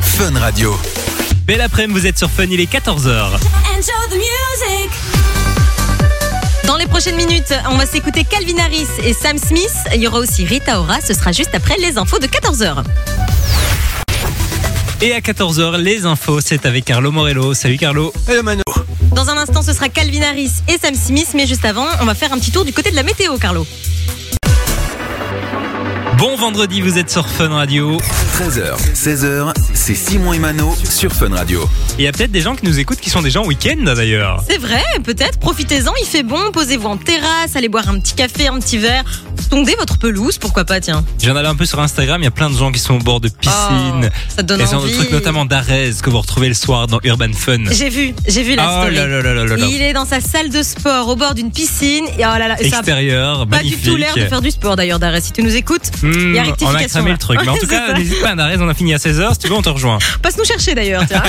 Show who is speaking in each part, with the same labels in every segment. Speaker 1: Fun Radio.
Speaker 2: Belle après-midi, vous êtes sur Fun, il est 14h.
Speaker 3: Enjoy the music.
Speaker 4: Dans les prochaines minutes, on va s'écouter Calvin Harris et Sam Smith. Il y aura aussi Rita Ora. Ce sera juste après les infos de 14h.
Speaker 2: Et à 14h, les infos, c'est avec Carlo Morello. Salut Carlo.
Speaker 1: Hello Mano.
Speaker 4: Dans un instant, ce sera Calvin Harris et Sam Smith. Mais juste avant, on va faire un petit tour du côté de la météo, Carlo.
Speaker 2: Bon vendredi, vous êtes sur Fun Radio.
Speaker 1: 13h, 16h, c'est Simon et Mano sur Fun Radio.
Speaker 2: Il y a peut-être des gens qui nous écoutent qui sont déjà en week-end d'ailleurs.
Speaker 4: C'est vrai, peut-être. Profitez-en, il fait bon. Posez-vous en terrasse, allez boire un petit café, un petit verre. Tondez votre pelouse, pourquoi pas, tiens.
Speaker 2: J'en allais un peu sur Instagram, il y a plein de gens qui sont au bord de piscine.
Speaker 4: Oh, ça te donne
Speaker 2: Et c'est un
Speaker 4: envie.
Speaker 2: truc notamment d'Arez que vous retrouvez le soir dans Urban Fun.
Speaker 4: J'ai vu, j'ai vu la
Speaker 2: Oh
Speaker 4: story.
Speaker 2: là là là là là là.
Speaker 4: Il est dans sa salle de sport, au bord d'une piscine. Et oh là là, ça a
Speaker 2: Extérieur,
Speaker 4: pas
Speaker 2: magnifique.
Speaker 4: du tout l'air de faire du sport d'ailleurs, Darès. Si tu nous écoutes,
Speaker 2: Hmm,
Speaker 4: il y a
Speaker 2: on a
Speaker 4: rectification.
Speaker 2: cramé
Speaker 4: là.
Speaker 2: le truc. Mais en tout
Speaker 4: C'est ça.
Speaker 2: cas, n'hésite pas, Darès, on a fini à 16h. Si tu veux, on te rejoint.
Speaker 4: passe nous chercher d'ailleurs. tu vois.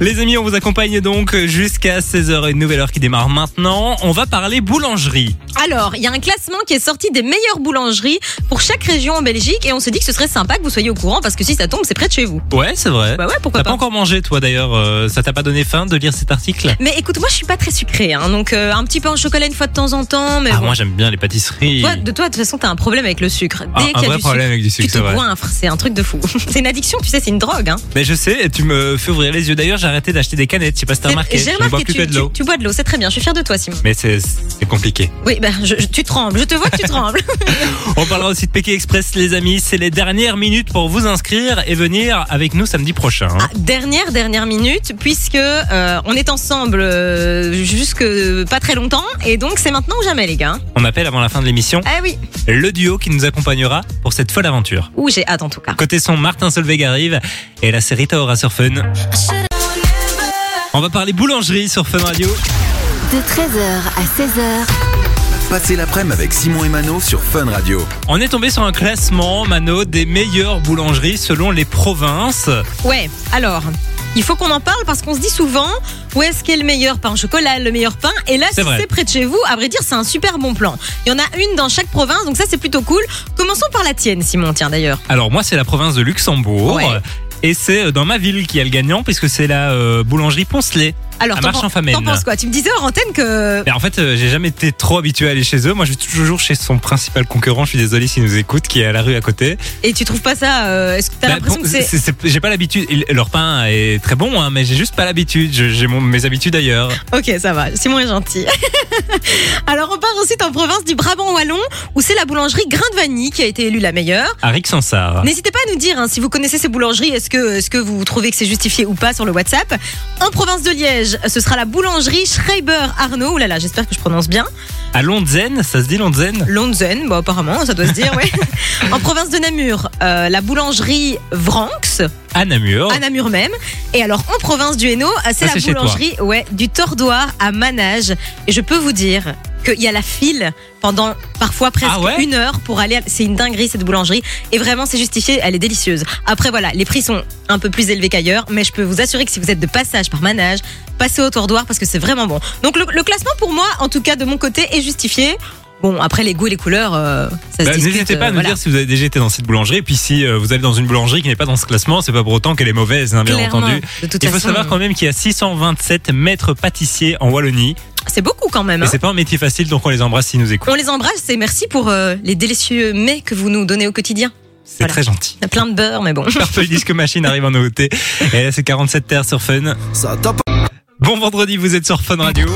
Speaker 2: Les amis, on vous accompagne donc jusqu'à 16h, une nouvelle heure qui démarre maintenant. On va parler boulangerie.
Speaker 4: Alors, il y a un classement qui est sorti des meilleures boulangeries pour chaque région en Belgique et on se dit que ce serait sympa que vous soyez au courant parce que si ça tombe, c'est près de chez vous.
Speaker 2: Ouais, c'est vrai.
Speaker 4: Bah ouais, pourquoi
Speaker 2: T'as pas
Speaker 4: pas.
Speaker 2: encore mangé, toi d'ailleurs. euh, ça t'a pas donné faim de lire cet article
Speaker 4: Mais écoute, moi je suis pas très sucrée, hein, donc euh, un petit pain au chocolat une fois de temps en temps, mais
Speaker 2: Ah,
Speaker 4: bon.
Speaker 2: moi j'aime bien les pâtisseries.
Speaker 4: Toi, de toi, de toute façon, t'as un problème avec le sucre. Dès
Speaker 2: Ah,
Speaker 4: qu'il y a
Speaker 2: un vrai
Speaker 4: du
Speaker 2: problème avec du
Speaker 4: sucre, tu
Speaker 2: sucre,
Speaker 4: te
Speaker 2: c'est vrai.
Speaker 4: goinfres, c'est un truc de fou. c'est une addiction, tu sais, c'est une drogue. Hein.
Speaker 2: Mais je sais, tu me fais ouvrir les yeux. D'ailleurs, j'ai arrêté d'acheter des canettes. Je sais pas si t'as
Speaker 4: C'est-
Speaker 2: remarqué.
Speaker 4: J'ai
Speaker 2: Je
Speaker 4: remarqué,
Speaker 2: bois plus
Speaker 4: tu,
Speaker 2: que de
Speaker 4: tu-
Speaker 2: l'eau.
Speaker 4: tu bois de l'eau, c'est très bien, je suis fière de toi, Simon.
Speaker 2: Mais c'est c'est compliqué.
Speaker 4: Oui, ben, je- je- tu trembles, je te vois que tu trembles.
Speaker 2: On parlera aussi de Pékin Express, les amis. C'est les dernières minutes pour vous inscrire et venir avec nous samedi prochain. hein.
Speaker 4: Ah, dernière, dernière minute, puisque euh, on est ensemble euh, jusque pas très longtemps, et donc c'est maintenant ou jamais, les gars. hein.
Speaker 2: On appelle avant la fin de l'émission
Speaker 4: Ah oui,
Speaker 2: le duo qui nous accompagnera pour cette folle aventure.
Speaker 4: ou j'ai hâte en tout cas.
Speaker 2: Côté son, Martin Solveig arrive et la série Taora sur Fun. On va parler boulangerie sur Fun Radio.
Speaker 5: De 13h à 16h,
Speaker 1: Passez l'après-midi avec Simon et Mano sur Fun Radio.
Speaker 2: On est tombé sur un classement, Mano, des meilleures boulangeries selon les provinces.
Speaker 4: Ouais, alors. Il faut qu'on en parle parce qu'on se dit souvent où est-ce qu'est le meilleur pain au chocolat, le meilleur pain. Et là,
Speaker 2: C'est
Speaker 4: si
Speaker 2: vrai.
Speaker 4: c'est près de chez vous, à vrai dire, c'est un super bon plan. Il y en a une dans chaque province, donc ça c'est plutôt cool. Commençons par la tienne, Simon, tiens d'ailleurs.
Speaker 2: Alors moi, c'est la province de Luxembourg.
Speaker 4: Ouais.
Speaker 2: Et c'est euh, dans ma ville qui a le gagnant, puisque c'est la euh, boulangerie Poncelet.
Speaker 4: Alors,
Speaker 2: À
Speaker 4: t'en
Speaker 2: Marchand
Speaker 4: pen-
Speaker 2: Famène.
Speaker 4: t'en penses quoi Tu me disais hors antenne que.
Speaker 2: Mais en fait, euh, j'ai jamais été trop habitué à aller chez eux. Moi, je vais toujours chez son principal concurrent. Je suis désolé s'il nous écoute, qui est à la rue à côté.
Speaker 4: Et tu trouves pas ça euh, Est-ce que t'as
Speaker 2: Bah,
Speaker 4: l'impression
Speaker 2: bon,
Speaker 4: que c'est.
Speaker 2: c'est- c'est- J'ai pas l'habitude. Et Leur pain est très bon, hein, mais j'ai juste pas l'habitude. Je- J'ai mon- mes habitudes ailleurs.
Speaker 4: Ok, ça va. Simon est gentil. Alors, on part ensuite en province du Brabant Wallon, où c'est la boulangerie Grain de Vanille qui a été élue la meilleure.
Speaker 2: À Rixensart.
Speaker 4: N'hésitez pas à nous dire hein, si vous connaissez ces boulangeries, est-ce que, est-ce que vous trouvez que c'est justifié ou pas sur le WhatsApp. En province de Liège, ce sera la boulangerie Schreiber Arnaud. Oulala, là là, j'espère que je prononce bien.
Speaker 2: À Lontzen, ça se dit Lontzen
Speaker 4: Lonzen, bah, apparemment, ça doit se dire, oui. En province de Namur, euh, la boulangerie Vranx,
Speaker 2: À Namur.
Speaker 4: à Namur même. Et alors, en province du Hainaut, euh,
Speaker 2: Ça,
Speaker 4: c'est la
Speaker 2: Oh. Ah, c'est chez toi.
Speaker 4: boulangerie ouais, du Tordoir à Manage. Et je peux vous dire qu'il y a la file pendant parfois presque
Speaker 2: Ah ouais
Speaker 4: une heure pour aller. à- C'est une dinguerie cette boulangerie. Et vraiment, c'est justifié, elle est délicieuse. Après, voilà, les prix sont un peu plus élevés qu'ailleurs. Mais je peux vous assurer que si vous êtes de passage par Manage, passez au Tordoir parce que c'est vraiment bon. Donc, le, le classement pour moi, en tout cas de mon côté, est justifié. Bon, après, les goûts et les couleurs, euh, ça
Speaker 2: Bah,
Speaker 4: se discute.
Speaker 2: N'hésitez pas à
Speaker 4: euh,
Speaker 2: nous
Speaker 4: voilà.
Speaker 2: dire si vous avez déjà été dans cette boulangerie. Et puis si euh, vous allez dans une boulangerie qui n'est pas dans ce classement, c'est pas pour autant qu'elle est mauvaise, hein, bien
Speaker 4: Clairement,
Speaker 2: entendu.
Speaker 4: de toute
Speaker 2: Il faut
Speaker 4: façon,
Speaker 2: savoir quand même qu'il y a 627 maîtres pâtissiers en Wallonie.
Speaker 4: c'est beaucoup quand même.
Speaker 2: Et
Speaker 4: hein.
Speaker 2: c'est pas un métier facile, donc on les embrasse s'ils nous écoutent.
Speaker 4: On les embrasse et merci pour euh, les délicieux mets que vous nous donnez au quotidien.
Speaker 2: C'est
Speaker 4: Voilà.
Speaker 2: très gentil.
Speaker 4: Il y a plein de beurre, mais bon.
Speaker 2: Parfait, Disque Machine arrive en nouveauté. Et là, c'est 47 terres sur Fun.
Speaker 1: Ça tape.
Speaker 2: Bon vendredi, vous êtes sur Fun Radio.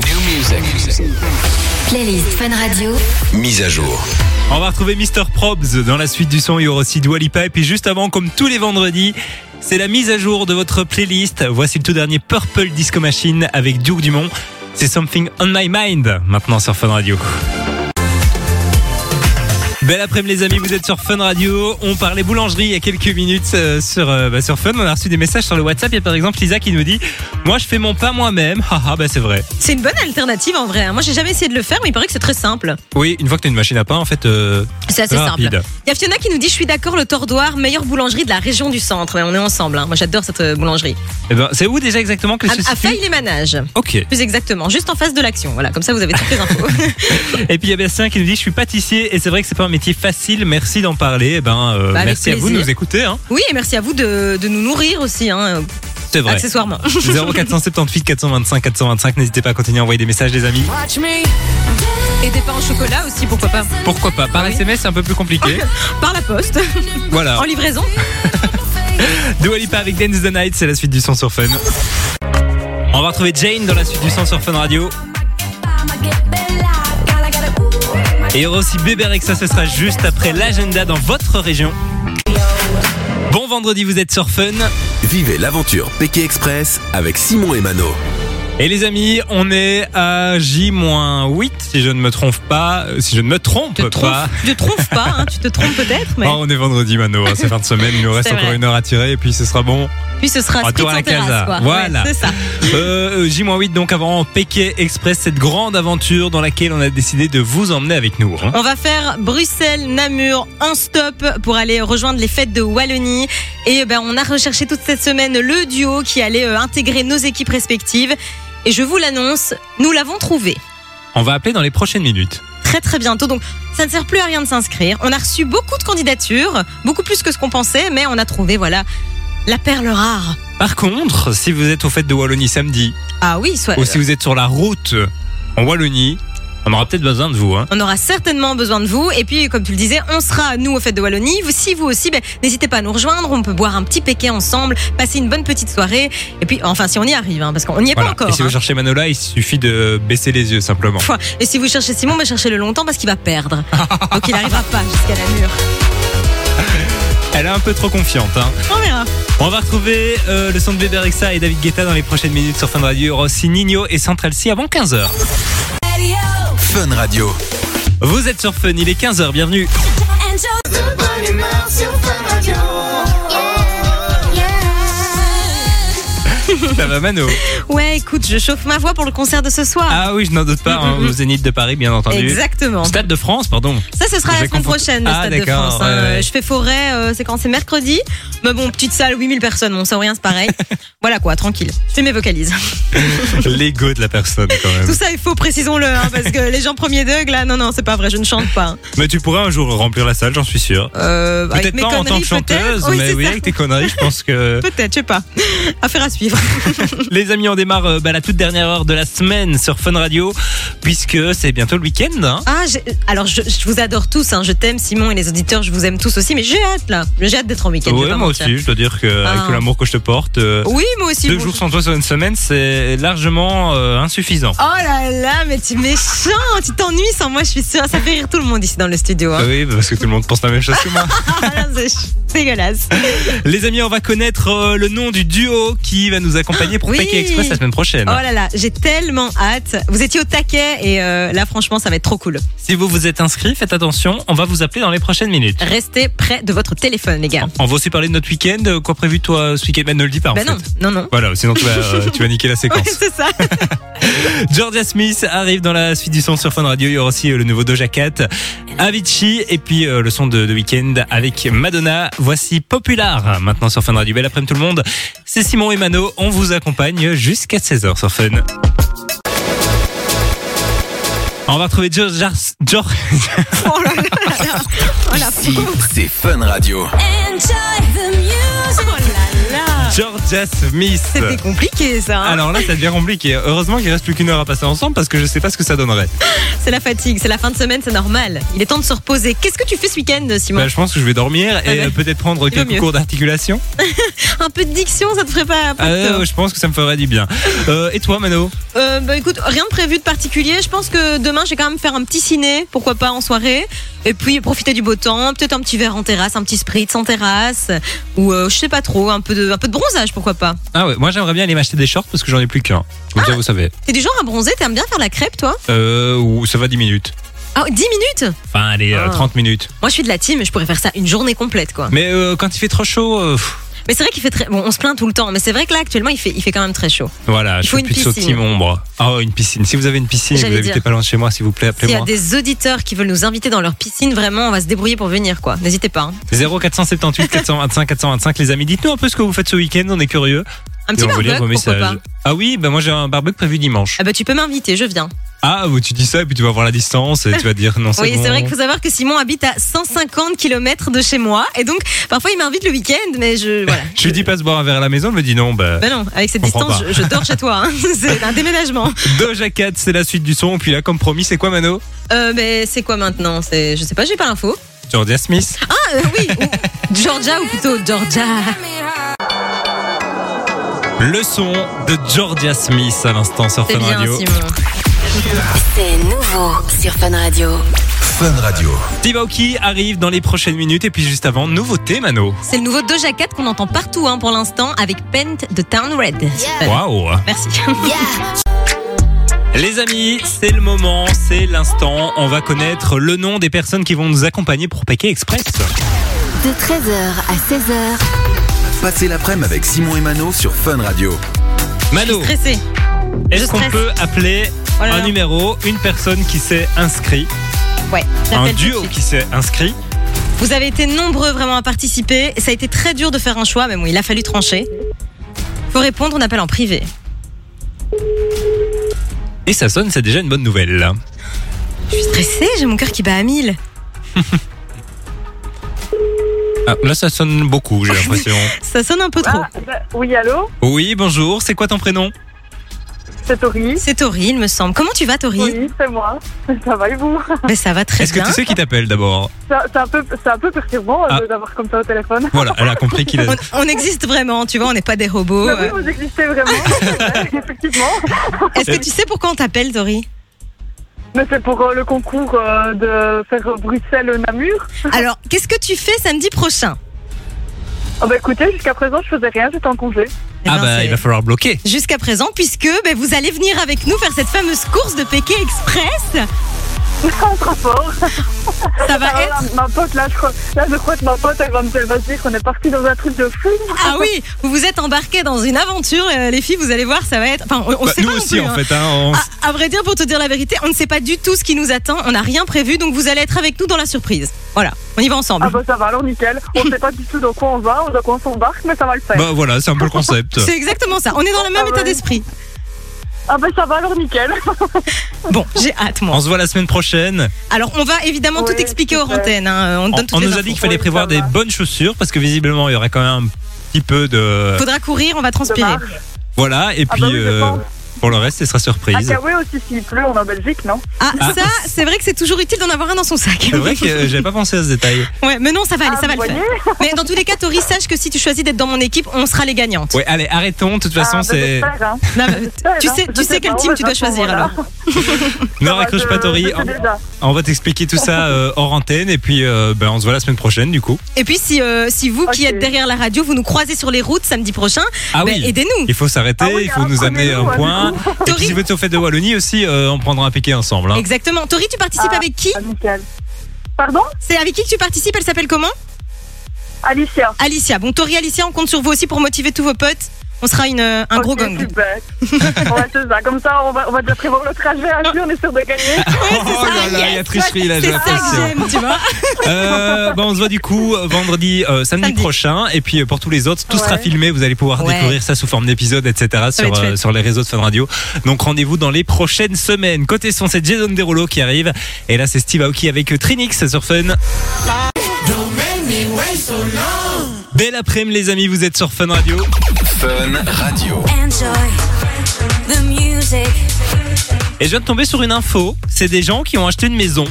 Speaker 5: playlist Fun Radio.
Speaker 1: Mise à jour.
Speaker 2: On va retrouver Mr. Probs dans la suite du son. Il y aura aussi Dua Lipa. Et puis juste avant, comme tous les vendredis, c'est la mise à jour de votre playlist. Voici le tout dernier Purple Disco Machine avec Duke Dumont. C'est Something on My Mind maintenant sur Fun Radio. Belle après-midi les amis, vous êtes sur Fun Radio. On parlait boulangerie il y a quelques minutes euh, sur, euh, bah, sur Fun. On a reçu des messages sur le WhatsApp. Il y a par exemple Lisa qui nous dit Moi je fais mon pain moi-même. Haha, bah c'est vrai.
Speaker 4: C'est une bonne alternative en vrai. hein. Moi, j'ai jamais essayé de le faire, mais il paraît que c'est très simple.
Speaker 2: Oui, une fois que tu as une machine à pain, en fait, euh,
Speaker 4: C'est assez
Speaker 2: Rapide.
Speaker 4: simple. Il y a Fiona qui nous dit Je suis d'accord, le Tordoir, meilleure boulangerie de la région du centre. Mais on est ensemble. hein. Moi, j'adore cette euh, boulangerie.
Speaker 2: eh ben, c'est où déjà exactement que
Speaker 4: À,
Speaker 2: se
Speaker 4: à
Speaker 2: situe
Speaker 4: les manages.
Speaker 2: Ok.
Speaker 4: Plus exactement, juste en face de l'action. Voilà, comme ça, vous avez toutes les infos.
Speaker 2: Et puis il y a Bastien qui nous dit je suis pâtissier et c'est vrai que c'est pas un métier facile. Merci d'en parler. Eh ben, euh,
Speaker 4: Bah, avec
Speaker 2: merci à vous de
Speaker 4: plaisir.
Speaker 2: nous écouter. hein.
Speaker 4: Oui, et merci à vous de, de nous nourrir aussi, hein,
Speaker 2: C'est vrai.
Speaker 4: accessoirement.
Speaker 2: 0478 425 425. N'hésitez pas à continuer à envoyer des messages, les amis.
Speaker 4: Et des pains au chocolat aussi, pourquoi pas
Speaker 2: Pourquoi pas Par SMS, c'est un peu plus compliqué.
Speaker 4: Par la poste,
Speaker 2: voilà.
Speaker 4: en livraison.
Speaker 2: Dua Lipa avec Dance the Night, c'est la suite du son sur Fun. On va retrouver Jane dans la suite du son sur Fun Radio. Et il y aura aussi Bébé Rexa, ce sera juste après l'agenda dans votre région. Bon vendredi, vous êtes sur Fun.
Speaker 1: Vivez l'aventure Pékin Express avec Simon et Mano.
Speaker 2: Et les amis, on est à J-8, si je ne me trompe pas. euh, Si je ne me trompe
Speaker 4: Tu te
Speaker 2: pas.
Speaker 4: trompes, tu te trompes pas, hein, tu te trompes peut-être, mais
Speaker 2: Ah, on est vendredi, Mano, hein, c'est fin de semaine, il nous reste
Speaker 4: C'est
Speaker 2: encore
Speaker 4: vrai.
Speaker 2: une heure à tirer et puis ce sera bon.
Speaker 4: puis ce sera
Speaker 2: Retour
Speaker 4: Street
Speaker 2: à la
Speaker 4: en
Speaker 2: casa.
Speaker 4: terrasse, quoi.
Speaker 2: Voilà.
Speaker 4: Ouais, c'est ça.
Speaker 2: Euh, J-8 donc avant Péquet Express, cette grande aventure dans laquelle on a décidé de vous emmener avec nous. hein.
Speaker 4: On va faire Bruxelles, Namur en stop pour aller rejoindre les fêtes de Wallonie. Et ben, on a recherché toute cette semaine le duo qui allait euh, intégrer nos équipes respectives. Et je vous l'annonce, nous l'avons trouvé
Speaker 2: On va appeler dans les prochaines minutes.
Speaker 4: très très bientôt. Donc ça ne sert plus à rien de s'inscrire. On a reçu beaucoup de candidatures, beaucoup plus que ce qu'on pensait, mais on a trouvé voilà la perle rare.
Speaker 2: Par contre, si vous êtes au fait de Wallonie samedi
Speaker 4: Ah oui, soit.
Speaker 2: ou si vous êtes sur la route en Wallonie, on aura peut-être besoin de vous. hein.
Speaker 4: On aura certainement besoin de vous. Et puis, comme tu le disais, on sera, nous, aux fêtes de Wallonie. Vous- Si vous aussi, ben, n'hésitez pas à nous rejoindre. On peut boire un petit péquet ensemble, passer une bonne petite soirée. Et puis, enfin, si on y arrive, hein, parce qu'on n'y est
Speaker 2: Voilà.
Speaker 4: pas encore.
Speaker 2: Et si
Speaker 4: hein.
Speaker 2: vous cherchez Manola, il suffit de baisser les yeux simplement.
Speaker 4: Enfin, Et si vous cherchez Simon, ben, cherchez-le longtemps parce qu'il va perdre. Donc, il n'arrivera pas jusqu'à la mur.
Speaker 2: Elle est un peu trop confiante. hein.
Speaker 4: On verra.
Speaker 2: On va retrouver euh, le son de Bébé Rexa et David Guetta dans les prochaines minutes sur Fun Radio. Rossi, Nino et Central C avant 15h.
Speaker 1: Fun Radio.
Speaker 2: Vous êtes sur Fun, il est 15h, bienvenue.
Speaker 3: Enjoy.
Speaker 2: Ça va Mano
Speaker 4: Ouais, écoute, je chauffe ma voix pour le concert de ce soir.
Speaker 2: Ah oui, je n'en doute pas, hein, au Zénith de Paris, bien entendu.
Speaker 4: Exactement.
Speaker 2: Stade de France, pardon.
Speaker 4: Ça, ce sera la
Speaker 2: J'ai
Speaker 4: semaine
Speaker 2: confondu-
Speaker 4: prochaine, le
Speaker 2: Ah,
Speaker 4: Stade de
Speaker 2: d'accord,
Speaker 4: France.
Speaker 2: ouais,
Speaker 4: hein.
Speaker 2: ouais.
Speaker 4: Je fais forêt, euh, c'est quand C'est mercredi. Mais bon, petite salle, 8000 personnes, on sait rien, c'est pareil. voilà quoi, tranquille. Je fais mes vocalises.
Speaker 2: L'ego de la personne, quand même.
Speaker 4: Tout ça est faux, précisons-le, hein, parce que les gens premiers d'œil, là, non, non, c'est pas vrai, je ne chante pas. hein.
Speaker 2: Mais tu pourrais un jour remplir la salle, j'en suis sûr.
Speaker 4: Euh, avec
Speaker 2: Peut-être
Speaker 4: mes
Speaker 2: pas en tant
Speaker 4: conneries,
Speaker 2: que chanteuse,
Speaker 4: peut-être. Oui,
Speaker 2: mais
Speaker 4: c'est
Speaker 2: oui,
Speaker 4: ça.
Speaker 2: avec tes conneries, je pense que.
Speaker 4: Peut-être, je sais pas. Affaire à suivre.
Speaker 2: Les amis, on démarre euh, bah, la toute dernière heure de la semaine sur Fun Radio, puisque c'est bientôt le week-end. hein.
Speaker 4: Ah, j'ai- alors je, je vous adore tous, hein, je t'aime Simon et les auditeurs, je vous aime tous aussi, mais j'ai hâte là, j'ai hâte d'être en week-end. je vais
Speaker 2: Ouais,
Speaker 4: pas
Speaker 2: moi
Speaker 4: mentir.
Speaker 2: aussi, je dois dire que avec
Speaker 4: Ah.
Speaker 2: tout l'amour que je te porte, euh,
Speaker 4: Oui, moi aussi.
Speaker 2: deux
Speaker 4: bon,
Speaker 2: jours
Speaker 4: je-
Speaker 2: sans toi sur une semaine, c'est largement euh, insuffisant.
Speaker 4: Oh là là, mais tu es méchant, tu t'ennuies sans moi, je suis sûre. Ça fait rire tout le monde ici dans le studio.
Speaker 2: Ah
Speaker 4: Hein.
Speaker 2: Oui, parce que tout le monde pense la même chose que moi.
Speaker 4: Ah, là, c'est ch- dégueulasse.
Speaker 2: Les amis, on va connaître euh, le nom du duo qui va nous accompagner pour
Speaker 4: Oui.
Speaker 2: Pékin Express la semaine prochaine.
Speaker 4: Oh là là, j'ai tellement hâte. Vous étiez au taquet et euh, là, franchement, ça va être trop cool.
Speaker 2: Si vous vous êtes inscrit, faites attention, on va vous appeler dans les prochaines minutes.
Speaker 4: Restez près de votre téléphone, les gars.
Speaker 2: On va aussi parler de notre week-end. Euh, Quoi prévu toi ce week-end Ben, Ne le dis pas. en
Speaker 4: ben non,
Speaker 2: fait.
Speaker 4: non, non.
Speaker 2: Voilà, sinon tu vas, euh, tu vas niquer la
Speaker 4: Ouais,
Speaker 2: séquence.
Speaker 4: c'est ça.
Speaker 2: Georgia Smith arrive dans la suite du son sur Fun Radio. Il y aura aussi euh, le nouveau Doja Cat, Avicii et puis euh, le son de, de week-end avec Madonna. Voici Popular maintenant sur Fun Radio. Belle après-midi tout le monde. C'est Simon et Mano. On vous accompagne jusqu'à 16h sur Fun. On va retrouver Georgia, Georgia,
Speaker 4: Oh là là là là. Oh la
Speaker 1: Ici, c'est Fun Radio.
Speaker 3: Enjoy the music.
Speaker 4: Oh là là.
Speaker 2: Georgia Smith.
Speaker 4: C'était compliqué ça. hein.
Speaker 2: Alors là, ça devient compliqué. Heureusement qu'il reste plus qu'une heure à passer ensemble parce que je sais pas ce que ça donnerait.
Speaker 4: C'est la fatigue, c'est la fin de semaine, c'est normal. Il est temps de se reposer. Qu'est-ce que tu fais ce week-end, Simon
Speaker 2: Bah, je pense que je vais dormir
Speaker 4: Ah
Speaker 2: et
Speaker 4: ouais.
Speaker 2: euh, peut-être prendre
Speaker 4: Il vaut
Speaker 2: quelques
Speaker 4: mieux.
Speaker 2: cours d'articulation.
Speaker 4: Un peu de diction, ça te ferait pas. pas de
Speaker 2: Ah,
Speaker 4: tort.
Speaker 2: je pense que ça me ferait du bien. Euh, et toi, Mano
Speaker 4: Euh, bah écoute, rien de prévu de particulier. Je pense que demain, je vais quand même faire un petit ciné, pourquoi pas en soirée. Et puis profiter du beau temps, peut-être un petit verre en terrasse, un petit spritz en terrasse, ou euh, je sais pas trop, un peu de, un peu de bronzage, pourquoi pas.
Speaker 2: Ah ouais, moi j'aimerais bien aller m'acheter des shorts parce que j'en ai plus qu'un. Comme ça, vous savez.
Speaker 4: T'es du genre à bronzer, t'aimes bien faire la crêpe, toi
Speaker 2: Euh, ou ça va 10 minutes.
Speaker 4: Ah, 10 minutes
Speaker 2: Enfin, allez, euh,
Speaker 4: Ah.
Speaker 2: 30 minutes.
Speaker 4: Moi, je suis de la team, je pourrais faire ça une journée complète, quoi.
Speaker 2: Mais euh, quand il fait trop chaud, euh, pff,
Speaker 4: Mais c'est vrai qu'il fait très. Bon, on se plaint tout le temps, mais c'est vrai que là, actuellement, il fait, il fait quand même très chaud.
Speaker 2: voilà, je
Speaker 4: faut
Speaker 2: suis
Speaker 4: une
Speaker 2: plutôt
Speaker 4: piscine.
Speaker 2: team ombre. Ah, une piscine. Si vous avez une piscine, et que vous
Speaker 4: J'allais
Speaker 2: habitez
Speaker 4: dire.
Speaker 2: pas loin de chez moi, s'il vous plaît,
Speaker 4: S'il y a
Speaker 2: appelez-moi.
Speaker 4: des auditeurs qui veulent nous inviter dans leur piscine, vraiment, on va se débrouiller pour venir, quoi. N'hésitez pas. hein.
Speaker 2: 0478 425 425, les amis. Dites-nous un peu ce que vous faites ce week-end, on est curieux.
Speaker 4: Un
Speaker 2: Et
Speaker 4: petit
Speaker 2: on vous lire
Speaker 4: barbecue,
Speaker 2: vos
Speaker 4: pourquoi pas
Speaker 2: messages. Ah oui, bah moi j'ai un barbecue prévu dimanche.
Speaker 4: Ah bah tu peux m'inviter, je viens.
Speaker 2: Ah, oui, tu dis ça et puis tu vas voir la distance et tu vas dire non, c'est
Speaker 4: oui,
Speaker 2: bon.
Speaker 4: c'est vrai qu'il faut savoir que Simon habite à 150 km de chez moi et donc parfois il m'invite le week-end, mais je voilà.
Speaker 2: Je lui dis pas se boire un verre à la maison, elle me dit non, bah.
Speaker 4: Bah non, avec cette
Speaker 2: Je comprends
Speaker 4: distance,
Speaker 2: pas.
Speaker 4: je, je dors chez toi. hein. C'est un déménagement.
Speaker 2: Doja Cat, c'est la suite du son. Puis là, comme promis, c'est quoi, Mano
Speaker 4: Euh, mais c'est quoi maintenant C'est, je sais pas, j'ai pas l'info.
Speaker 2: Jordia Smith.
Speaker 4: Ah euh, oui, ou- Georgia ou plutôt Georgia.
Speaker 2: Le son de Georgia Smith à l'instant sur
Speaker 4: C'est
Speaker 2: Fun
Speaker 4: bien
Speaker 2: Radio.
Speaker 4: Simon.
Speaker 5: C'est nouveau sur Fun Radio.
Speaker 1: Fun Radio.
Speaker 2: Tibaoki arrive dans les prochaines minutes et puis juste avant, nouveauté, Mano.
Speaker 4: C'est le nouveau Doja Cat qu'on entend partout hein, pour l'instant avec Pent de Town Red.
Speaker 5: Yeah.
Speaker 2: Waouh
Speaker 4: Merci.
Speaker 2: Les amis, c'est le moment, c'est l'instant. On va connaître le nom des personnes qui vont nous accompagner pour Pékin Express.
Speaker 5: De 13h à 16h,
Speaker 1: Passez l'après-midi avec Simon et Mano sur Fun Radio.
Speaker 2: Mano,
Speaker 4: Stressé.
Speaker 2: est-ce
Speaker 4: je
Speaker 2: qu'on
Speaker 4: stresse.
Speaker 2: peut appeler
Speaker 4: Oh là
Speaker 2: un
Speaker 4: là.
Speaker 2: numéro, une personne qui s'est inscrite,
Speaker 4: Ouais.
Speaker 2: un
Speaker 4: j'appelle tout de
Speaker 2: duo
Speaker 4: suite.
Speaker 2: qui s'est inscrit
Speaker 4: Vous avez été nombreux vraiment à participer. Ça a été très dur de faire un choix, mais bon, il a fallu trancher. Faut répondre, on appelle en privé.
Speaker 2: et ça sonne, c'est déjà une bonne nouvelle.
Speaker 4: Je suis stressée, j'ai mon cœur qui bat à mille.
Speaker 2: Ah, là, ça sonne beaucoup, j'ai l'impression.
Speaker 4: Ça sonne un peu trop.
Speaker 6: Ah, bah, oui, allô
Speaker 2: Oui, bonjour, c'est quoi ton prénom
Speaker 6: C'est Tori.
Speaker 4: C'est Tori, il me semble. Comment tu vas, Tori
Speaker 6: Oui, c'est moi. Ça va et vous
Speaker 4: Ben, ça va très
Speaker 2: Est-ce que
Speaker 4: bien.
Speaker 2: tu sais qui t'appelle d'abord
Speaker 6: Ça- C'est un peu, c'est un peu perturbant euh,
Speaker 2: Ah.
Speaker 6: de d'avoir comme ça au téléphone.
Speaker 2: Voilà, elle a compris qu'il a...
Speaker 4: on, on existe vraiment, tu vois, on n'est pas des robots.
Speaker 6: Mais Bah oui,
Speaker 4: euh.
Speaker 6: vous existez vraiment. Effectivement.
Speaker 4: Est-ce que tu sais pourquoi on t'appelle, Tori
Speaker 6: Mais c'est pour euh, le concours euh, de faire Bruxelles-Namur.
Speaker 4: Alors, qu'est-ce que tu fais samedi prochain
Speaker 6: Ah bah, écoutez, jusqu'à présent, je faisais rien, j'étais en congé.
Speaker 4: Eh
Speaker 2: Ah
Speaker 4: ben,
Speaker 2: bah,
Speaker 4: c'est
Speaker 2: il va falloir bloquer.
Speaker 4: Jusqu'à présent, puisque ben, vous allez venir avec nous faire cette fameuse course de Pékin Express.
Speaker 6: En transport.
Speaker 4: Ça va
Speaker 6: Ah,
Speaker 4: être.
Speaker 6: là, ma pote, là je, crois, là, je crois que ma pote, elle va me elle va se dire qu'on est parti dans un truc de fou.
Speaker 4: Ah oui, vous vous êtes embarqués dans une aventure, euh, les filles, vous allez voir, ça va être. Enfin, on, on
Speaker 2: Bah,
Speaker 4: sait
Speaker 2: nous
Speaker 4: pas
Speaker 2: aussi,
Speaker 4: non plus,
Speaker 2: en
Speaker 4: hein.
Speaker 2: fait. hein, on-
Speaker 4: À, à vrai dire, pour te dire la vérité, on ne sait pas du tout ce qui nous attend, on n'a rien prévu, donc vous allez être avec nous dans la surprise. Voilà, on y va ensemble.
Speaker 6: Ah bah ça va, alors nickel. On sait pas du tout dans quoi on va, dans quoi on s'embarque, mais ça va le faire.
Speaker 2: Bah voilà, c'est un peu le concept.
Speaker 4: C'est exactement ça, on est dans le même
Speaker 6: Ah
Speaker 4: état
Speaker 6: ouais.
Speaker 4: d'esprit.
Speaker 6: Ah bah ça va, alors nickel.
Speaker 4: Bon, j'ai hâte, moi.
Speaker 2: On se voit la semaine prochaine.
Speaker 4: Alors, on va évidemment
Speaker 6: Ouais,
Speaker 4: tout expliquer hors
Speaker 6: super.
Speaker 4: antenne. hein, On te
Speaker 2: On,
Speaker 4: donne toutes
Speaker 2: on
Speaker 4: les
Speaker 2: nous a
Speaker 4: infos.
Speaker 2: dit qu'il fallait
Speaker 6: Oui,
Speaker 2: prévoir
Speaker 6: ça
Speaker 2: des
Speaker 6: va.
Speaker 2: bonnes chaussures parce que visiblement il y aurait quand même un petit peu de
Speaker 4: Faudra courir, on va transpirer.
Speaker 6: Demain.
Speaker 2: voilà et
Speaker 6: Ah
Speaker 2: puis
Speaker 6: bah oui, je
Speaker 2: euh,
Speaker 6: pense.
Speaker 2: pour le reste ce sera
Speaker 6: Ah
Speaker 2: surprise.
Speaker 6: bah oui, aussi s'il pleut, on est en Belgique, non
Speaker 4: Ah, ça, c'est vrai que c'est toujours utile d'en avoir un dans son sac.
Speaker 2: C'est vrai que euh, j'avais pas pensé à ce détail.
Speaker 4: Ouais, mais non, ça va aller,
Speaker 6: Ah,
Speaker 4: ça va
Speaker 6: vous
Speaker 4: le faire.
Speaker 6: voyez
Speaker 4: Mais dans tous les cas, Tori, sache que si tu choisis d'être dans mon équipe, on sera les gagnantes.
Speaker 2: Ouais, allez, arrêtons. De toute façon,
Speaker 6: Ah, bah,
Speaker 2: c'est
Speaker 6: j'espère, hein.
Speaker 4: Non, mais tu
Speaker 6: hein.
Speaker 4: sais,
Speaker 6: Je
Speaker 4: tu sais quel
Speaker 6: pas,
Speaker 4: team
Speaker 6: ouais,
Speaker 4: tu dois
Speaker 6: à ce
Speaker 4: choisir
Speaker 6: moment-là.
Speaker 4: alors.
Speaker 2: ne
Speaker 6: Ça va,
Speaker 2: raccroche
Speaker 6: je-
Speaker 2: pas Tori.
Speaker 6: je sais
Speaker 2: On,
Speaker 6: déjà.
Speaker 2: on va t'expliquer tout ça euh, hors antenne et puis euh, ben, on se voit la semaine prochaine du coup.
Speaker 4: Et puis si, euh, si vous qui
Speaker 6: Ok.
Speaker 4: êtes derrière la radio, vous nous croisez sur les routes samedi prochain,
Speaker 2: Ah
Speaker 4: ben,
Speaker 2: oui.
Speaker 4: aidez-nous.
Speaker 2: Il faut s'arrêter,
Speaker 6: Ah oui,
Speaker 2: il faut
Speaker 6: alors,
Speaker 2: nous amener un
Speaker 6: prenez-nous,
Speaker 2: point.
Speaker 6: hein, du
Speaker 2: Et puis
Speaker 4: Tori-
Speaker 2: si vous êtes au fait de Wallonie aussi, euh, on prendra un piquet ensemble. hein.
Speaker 4: Exactement. Tori, tu participes
Speaker 6: Ah.
Speaker 4: avec qui
Speaker 6: Ah, nickel. Pardon
Speaker 4: C'est avec qui que tu participes Elle s'appelle comment
Speaker 6: Alicia.
Speaker 4: Alicia. Bon, Tori, Alicia, on compte sur vous aussi pour motiver tous vos potes. On sera une, euh, un gros
Speaker 6: Ok,
Speaker 4: gang.
Speaker 6: super. Ouais, c'est ça. Comme ça, on va, on va déjà prévoir le trajet. À on est sûr de gagner.
Speaker 2: oh là là, il y a tricherie là, j'ai
Speaker 4: C'est ça que
Speaker 2: l'impression.
Speaker 4: j'aime, tu vois.
Speaker 2: Euh, bah, on se voit du coup euh, vendredi, euh, samedi,
Speaker 4: Samedi.
Speaker 2: prochain. Et puis euh, pour tous les autres, tout sera
Speaker 6: Ouais.
Speaker 2: filmé. Vous allez pouvoir
Speaker 4: Ouais.
Speaker 2: découvrir ça sous forme d'épisode, etc.
Speaker 4: va
Speaker 2: Sur,
Speaker 4: être
Speaker 2: euh,
Speaker 4: chouette.
Speaker 2: sur les réseaux de Fun Radio. Donc rendez-vous dans les prochaines semaines. Côté son, c'est Jason Derulo qui arrive. Et là, c'est Steve Aoki avec euh, Trinix sur Fun. Dès l'après-midi, les amis, vous êtes sur Fun Radio.
Speaker 1: Fun Radio.
Speaker 3: Enjoy the music.
Speaker 2: Et je viens de tomber sur une info. C'est des gens qui ont acheté une maison.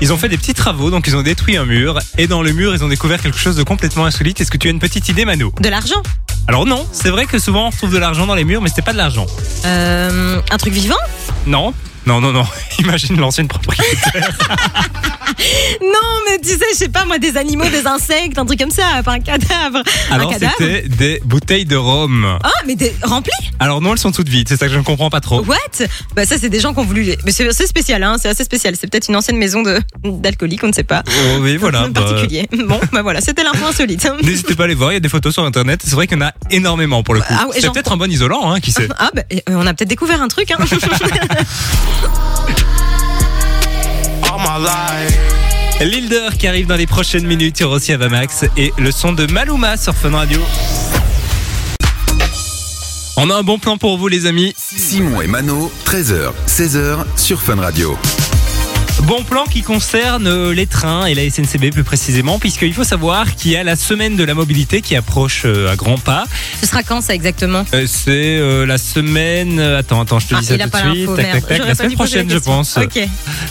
Speaker 2: Ils ont fait des petits travaux, donc ils ont détruit un mur. Et dans le mur, ils ont découvert quelque chose de complètement insolite. Est-ce que tu as une petite idée, Mano
Speaker 4: De l'argent.
Speaker 2: Alors non, c'est vrai que souvent on retrouve de l'argent dans les murs, mais c'était pas de l'argent.
Speaker 4: Euh, un truc vivant
Speaker 2: Non, non, non, non. Imagine l'ancienne propriété.
Speaker 4: Non, mais tu sais, je sais pas, moi, des animaux, des insectes, un truc comme ça, pas un cadavre.
Speaker 2: Alors
Speaker 4: un cadavre
Speaker 2: c'était des bouteilles de rhum.
Speaker 4: Ah, mais des... remplis
Speaker 2: Alors non, elles sont toutes vides. C'est ça que je ne comprends pas trop.
Speaker 4: What Bah ça, c'est des gens qui ont voulu... les- Mais c'est c'est spécial, hein, c'est assez spécial. C'est peut-être une ancienne maison de- d'alcoolique, on ne sait pas.
Speaker 2: Oh, oui, voilà.
Speaker 4: Même
Speaker 2: bah,
Speaker 4: particulier. Bon, bah voilà, c'était l'info insolite. hein.
Speaker 2: N'hésitez pas à les voir. Il y a des photos sur internet. C'est vrai qu'il y en a énormément pour le coup.
Speaker 4: Ah ouais,
Speaker 2: c'est
Speaker 4: j'en-
Speaker 2: peut-être un bon isolant, hein, qui sait.
Speaker 4: Ah bah, euh, on a peut-être découvert un truc. Hein.
Speaker 2: L'Ilder qui arrive dans les prochaines minutes sur aussi Avamax et le son de Maluma sur Fun Radio. On a un bon plan pour vous, les amis.
Speaker 1: Simon et Mano, 13h, 16h sur Fun Radio.
Speaker 2: Bon plan qui concerne euh, les trains et la SNCB plus précisément, puisqu'il faut savoir qu'il y a la semaine de la mobilité qui approche euh, à grands pas.
Speaker 4: Ce sera quand ça exactement
Speaker 2: Euh, C'est euh, la semaine. Attends, attends, je te
Speaker 4: Ah,
Speaker 2: dis ça
Speaker 4: il a
Speaker 2: tout
Speaker 4: pas
Speaker 2: de suite.
Speaker 4: l'info,
Speaker 2: Tac,
Speaker 4: merde.
Speaker 2: tac, tac.
Speaker 4: J'aurais
Speaker 2: La
Speaker 4: pas
Speaker 2: semaine
Speaker 4: dû poser
Speaker 2: prochaine, je
Speaker 4: question. Ah,
Speaker 2: pense.
Speaker 4: Ok.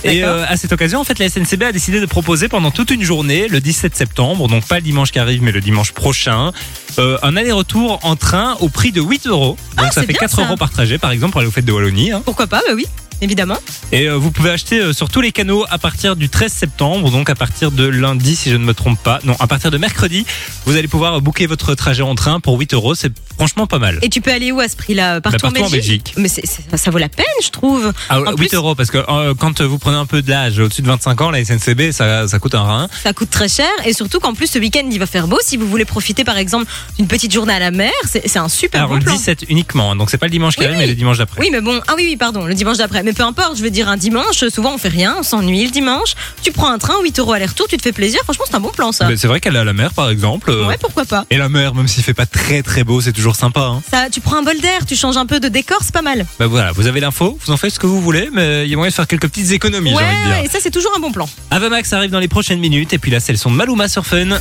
Speaker 2: Et
Speaker 4: D'accord.
Speaker 2: euh, à cette occasion, en fait, la SNCB a décidé de proposer pendant toute une journée, le 17 septembre, donc pas le dimanche qui arrive, mais le dimanche prochain, euh, un aller-retour en train au prix de 8 euros. Donc ça
Speaker 4: Ah, c'est
Speaker 2: fait
Speaker 4: bien,
Speaker 2: 4
Speaker 4: ça.
Speaker 2: euros par trajet, par exemple, pour aller aux fêtes de Wallonie. hein.
Speaker 4: Pourquoi pas Bah oui, évidemment.
Speaker 2: Et euh, vous pouvez acheter euh, sur tous les canaux à partir du 13 septembre, donc à partir de lundi, si je ne me trompe pas. Non, à partir de mercredi, vous allez pouvoir booker votre trajet en train pour 8 euros. C'est franchement pas mal.
Speaker 4: Et tu peux aller où à ce prix-là
Speaker 2: Bah,
Speaker 4: partout, en Belgique Mais c'est- c'est- ça vaut la peine, je trouve.
Speaker 2: Ah,
Speaker 4: En
Speaker 2: 8
Speaker 4: plus-
Speaker 2: euros, parce que euh, quand vous prenez un peu de l'âge, au-dessus de 25 ans, la SNCB, ça, ça coûte un rein.
Speaker 4: Ça coûte très cher et surtout qu'en plus ce week-end il va faire beau. Si vous voulez profiter par exemple d'une petite journée à la mer, c'est c'est un super
Speaker 2: Alors
Speaker 4: bon
Speaker 2: le
Speaker 4: plan.
Speaker 2: 17 uniquement, hein, donc c'est pas le dimanche qui
Speaker 4: Oui,
Speaker 2: arrive, mais le dimanche d'après.
Speaker 4: Oui, mais bon, ah oui, oui, pardon, le dimanche d'après. Mais peu importe, je veux dire, un dimanche, souvent on fait rien, on s'ennuie le dimanche. Tu prends un train, 8 euros aller-retour, tu te fais plaisir. Franchement, c'est un bon plan ça.
Speaker 2: Mais c'est vrai qu'elle est à la mer par exemple. euh,
Speaker 4: Ouais, pourquoi pas.
Speaker 2: Et la mer, même s'il fait pas très très beau, c'est toujours sympa. Hein.
Speaker 4: Ça, tu prends un bol d'air, tu changes un peu de décor, c'est pas mal.
Speaker 2: Bah voilà, vous avez l'info, vous en faites ce que vous voulez, mais il y a moyen de faire quelques petites économies, j'ai envie de dire.
Speaker 4: ouais, et ça, c'est toujours un bon plan.
Speaker 2: Avamax arrive dans les prochaines minutes et puis là c'est le son de Maluma sur Fun.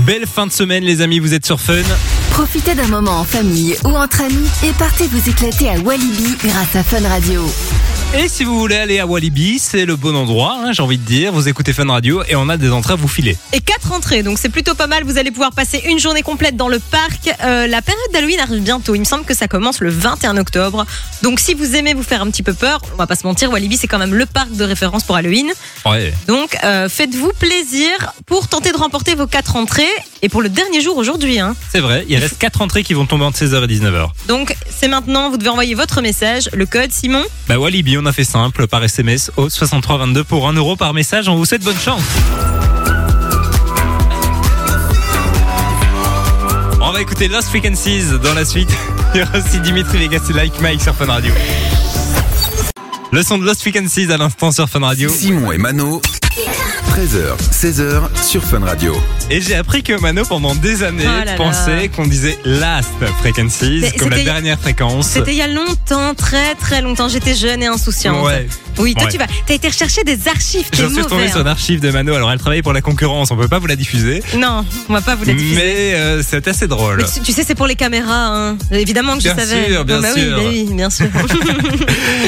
Speaker 2: Belle fin de semaine les amis, vous êtes sur Fun.
Speaker 5: Profitez d'un moment en famille ou entre amis et partez vous éclater à Walibi grâce à Fun Radio.
Speaker 2: Et si vous voulez aller à Walibi, c'est le bon endroit, hein, j'ai envie de dire. Vous écoutez Fun Radio et on a des entrées à vous filer.
Speaker 4: Et quatre entrées, donc c'est plutôt pas mal. Vous allez pouvoir passer une journée complète dans le parc. Euh, la période d'Halloween arrive bientôt. Il me semble que ça commence le 21 octobre. Donc si vous aimez vous faire un petit peu peur, on va pas se mentir, Walibi c'est quand même le parc de référence pour Halloween.
Speaker 2: Ouais.
Speaker 4: Donc euh, faites-vous plaisir pour tenter de remporter vos quatre entrées et pour le dernier jour aujourd'hui. hein.
Speaker 2: C'est vrai, il reste 4 entrées qui vont tomber entre 16h et 19h.
Speaker 4: Donc c'est maintenant. Vous devez envoyer votre message, le code Simon.
Speaker 2: Bah Walibi, on a fait simple par SMS au 6322 pour 1 euro par message. On vous souhaite bonne chance. On va écouter Lost Frequencies dans la suite. Il y aura aussi Dimitri Vegas et Like Mike sur Fun Radio. Le son de Lost Frequencies à l'instant sur Fun Radio.
Speaker 1: Simon et Mano, 13h, 16h sur Fun Radio.
Speaker 2: Et j'ai appris que Mano, pendant des années,
Speaker 4: Oh là là.
Speaker 2: pensait qu'on disait Last Frequencies,
Speaker 4: C'est-
Speaker 2: comme la
Speaker 4: c'était-
Speaker 2: dernière fréquence.
Speaker 4: C'était il y a longtemps, très très longtemps. J'étais jeune et insouciante.
Speaker 2: Ouais.
Speaker 4: Oui, toi
Speaker 2: Ouais.
Speaker 4: tu vas. T'as été rechercher des archives. T'es
Speaker 2: J'en suis
Speaker 4: mauvais.
Speaker 2: retombé sur
Speaker 4: hein.
Speaker 2: l'archive de Mano. Alors elle travaille pour la concurrence, on peut pas vous la diffuser.
Speaker 4: Non, on va pas vous la diffuser.
Speaker 2: Mais euh, c'est assez drôle.
Speaker 4: Mais tu, tu sais, c'est pour les caméras. hein. Évidemment que
Speaker 2: Bien
Speaker 4: je savais.
Speaker 2: sûr, bien
Speaker 4: bah Oui,
Speaker 2: sûr.
Speaker 4: bah oui, bien sûr.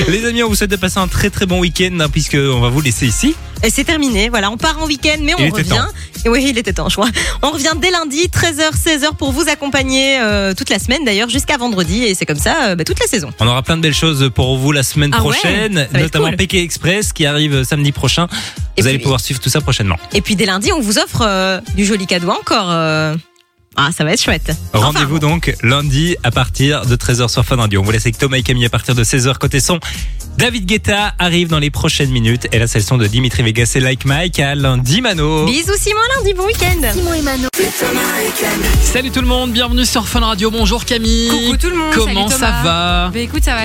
Speaker 2: Les amis, on vous souhaite de passer un très très bon week-end hein, puisque on va vous laisser ici.
Speaker 4: Et c'est terminé. Voilà, on part en week-end, mais on
Speaker 2: Il était
Speaker 4: revient.
Speaker 2: temps.
Speaker 4: Et oui, il était temps, je crois. On revient dès lundi, 13h, 16h pour vous accompagner euh, toute la semaine d'ailleurs, jusqu'à vendredi. Et c'est comme ça euh, bah, toute la saison.
Speaker 2: On aura plein de belles choses pour vous la semaine
Speaker 4: Ah ouais,
Speaker 2: prochaine,
Speaker 4: ça va être
Speaker 2: notamment
Speaker 4: cool.
Speaker 2: Pékin Express qui arrive samedi prochain.
Speaker 4: Et
Speaker 2: vous allez
Speaker 4: puis-
Speaker 2: pouvoir suivre tout ça prochainement.
Speaker 4: Et puis dès lundi, on vous offre euh, du joli cadeau encore. euh. Ah, ça va être chouette. Enfin,
Speaker 2: Rendez-vous donc lundi à partir de 13h sur Fun Radio. On vous laisse avec Thomas et Camille à partir de 16h côté son. David Guetta arrive dans les prochaines minutes et là c'est le son de Dimitri Vegas et Like Mike à lundi Mano.
Speaker 4: Bisous, Simon, à lundi. Bon week-end.
Speaker 5: Simon et Mano.
Speaker 7: Salut tout le monde, bienvenue sur Fun Radio. Bonjour Camille.
Speaker 8: Coucou tout le monde,
Speaker 7: Comment
Speaker 8: salut
Speaker 7: ça
Speaker 8: Thomas.
Speaker 7: va
Speaker 8: Bah écoute, ça va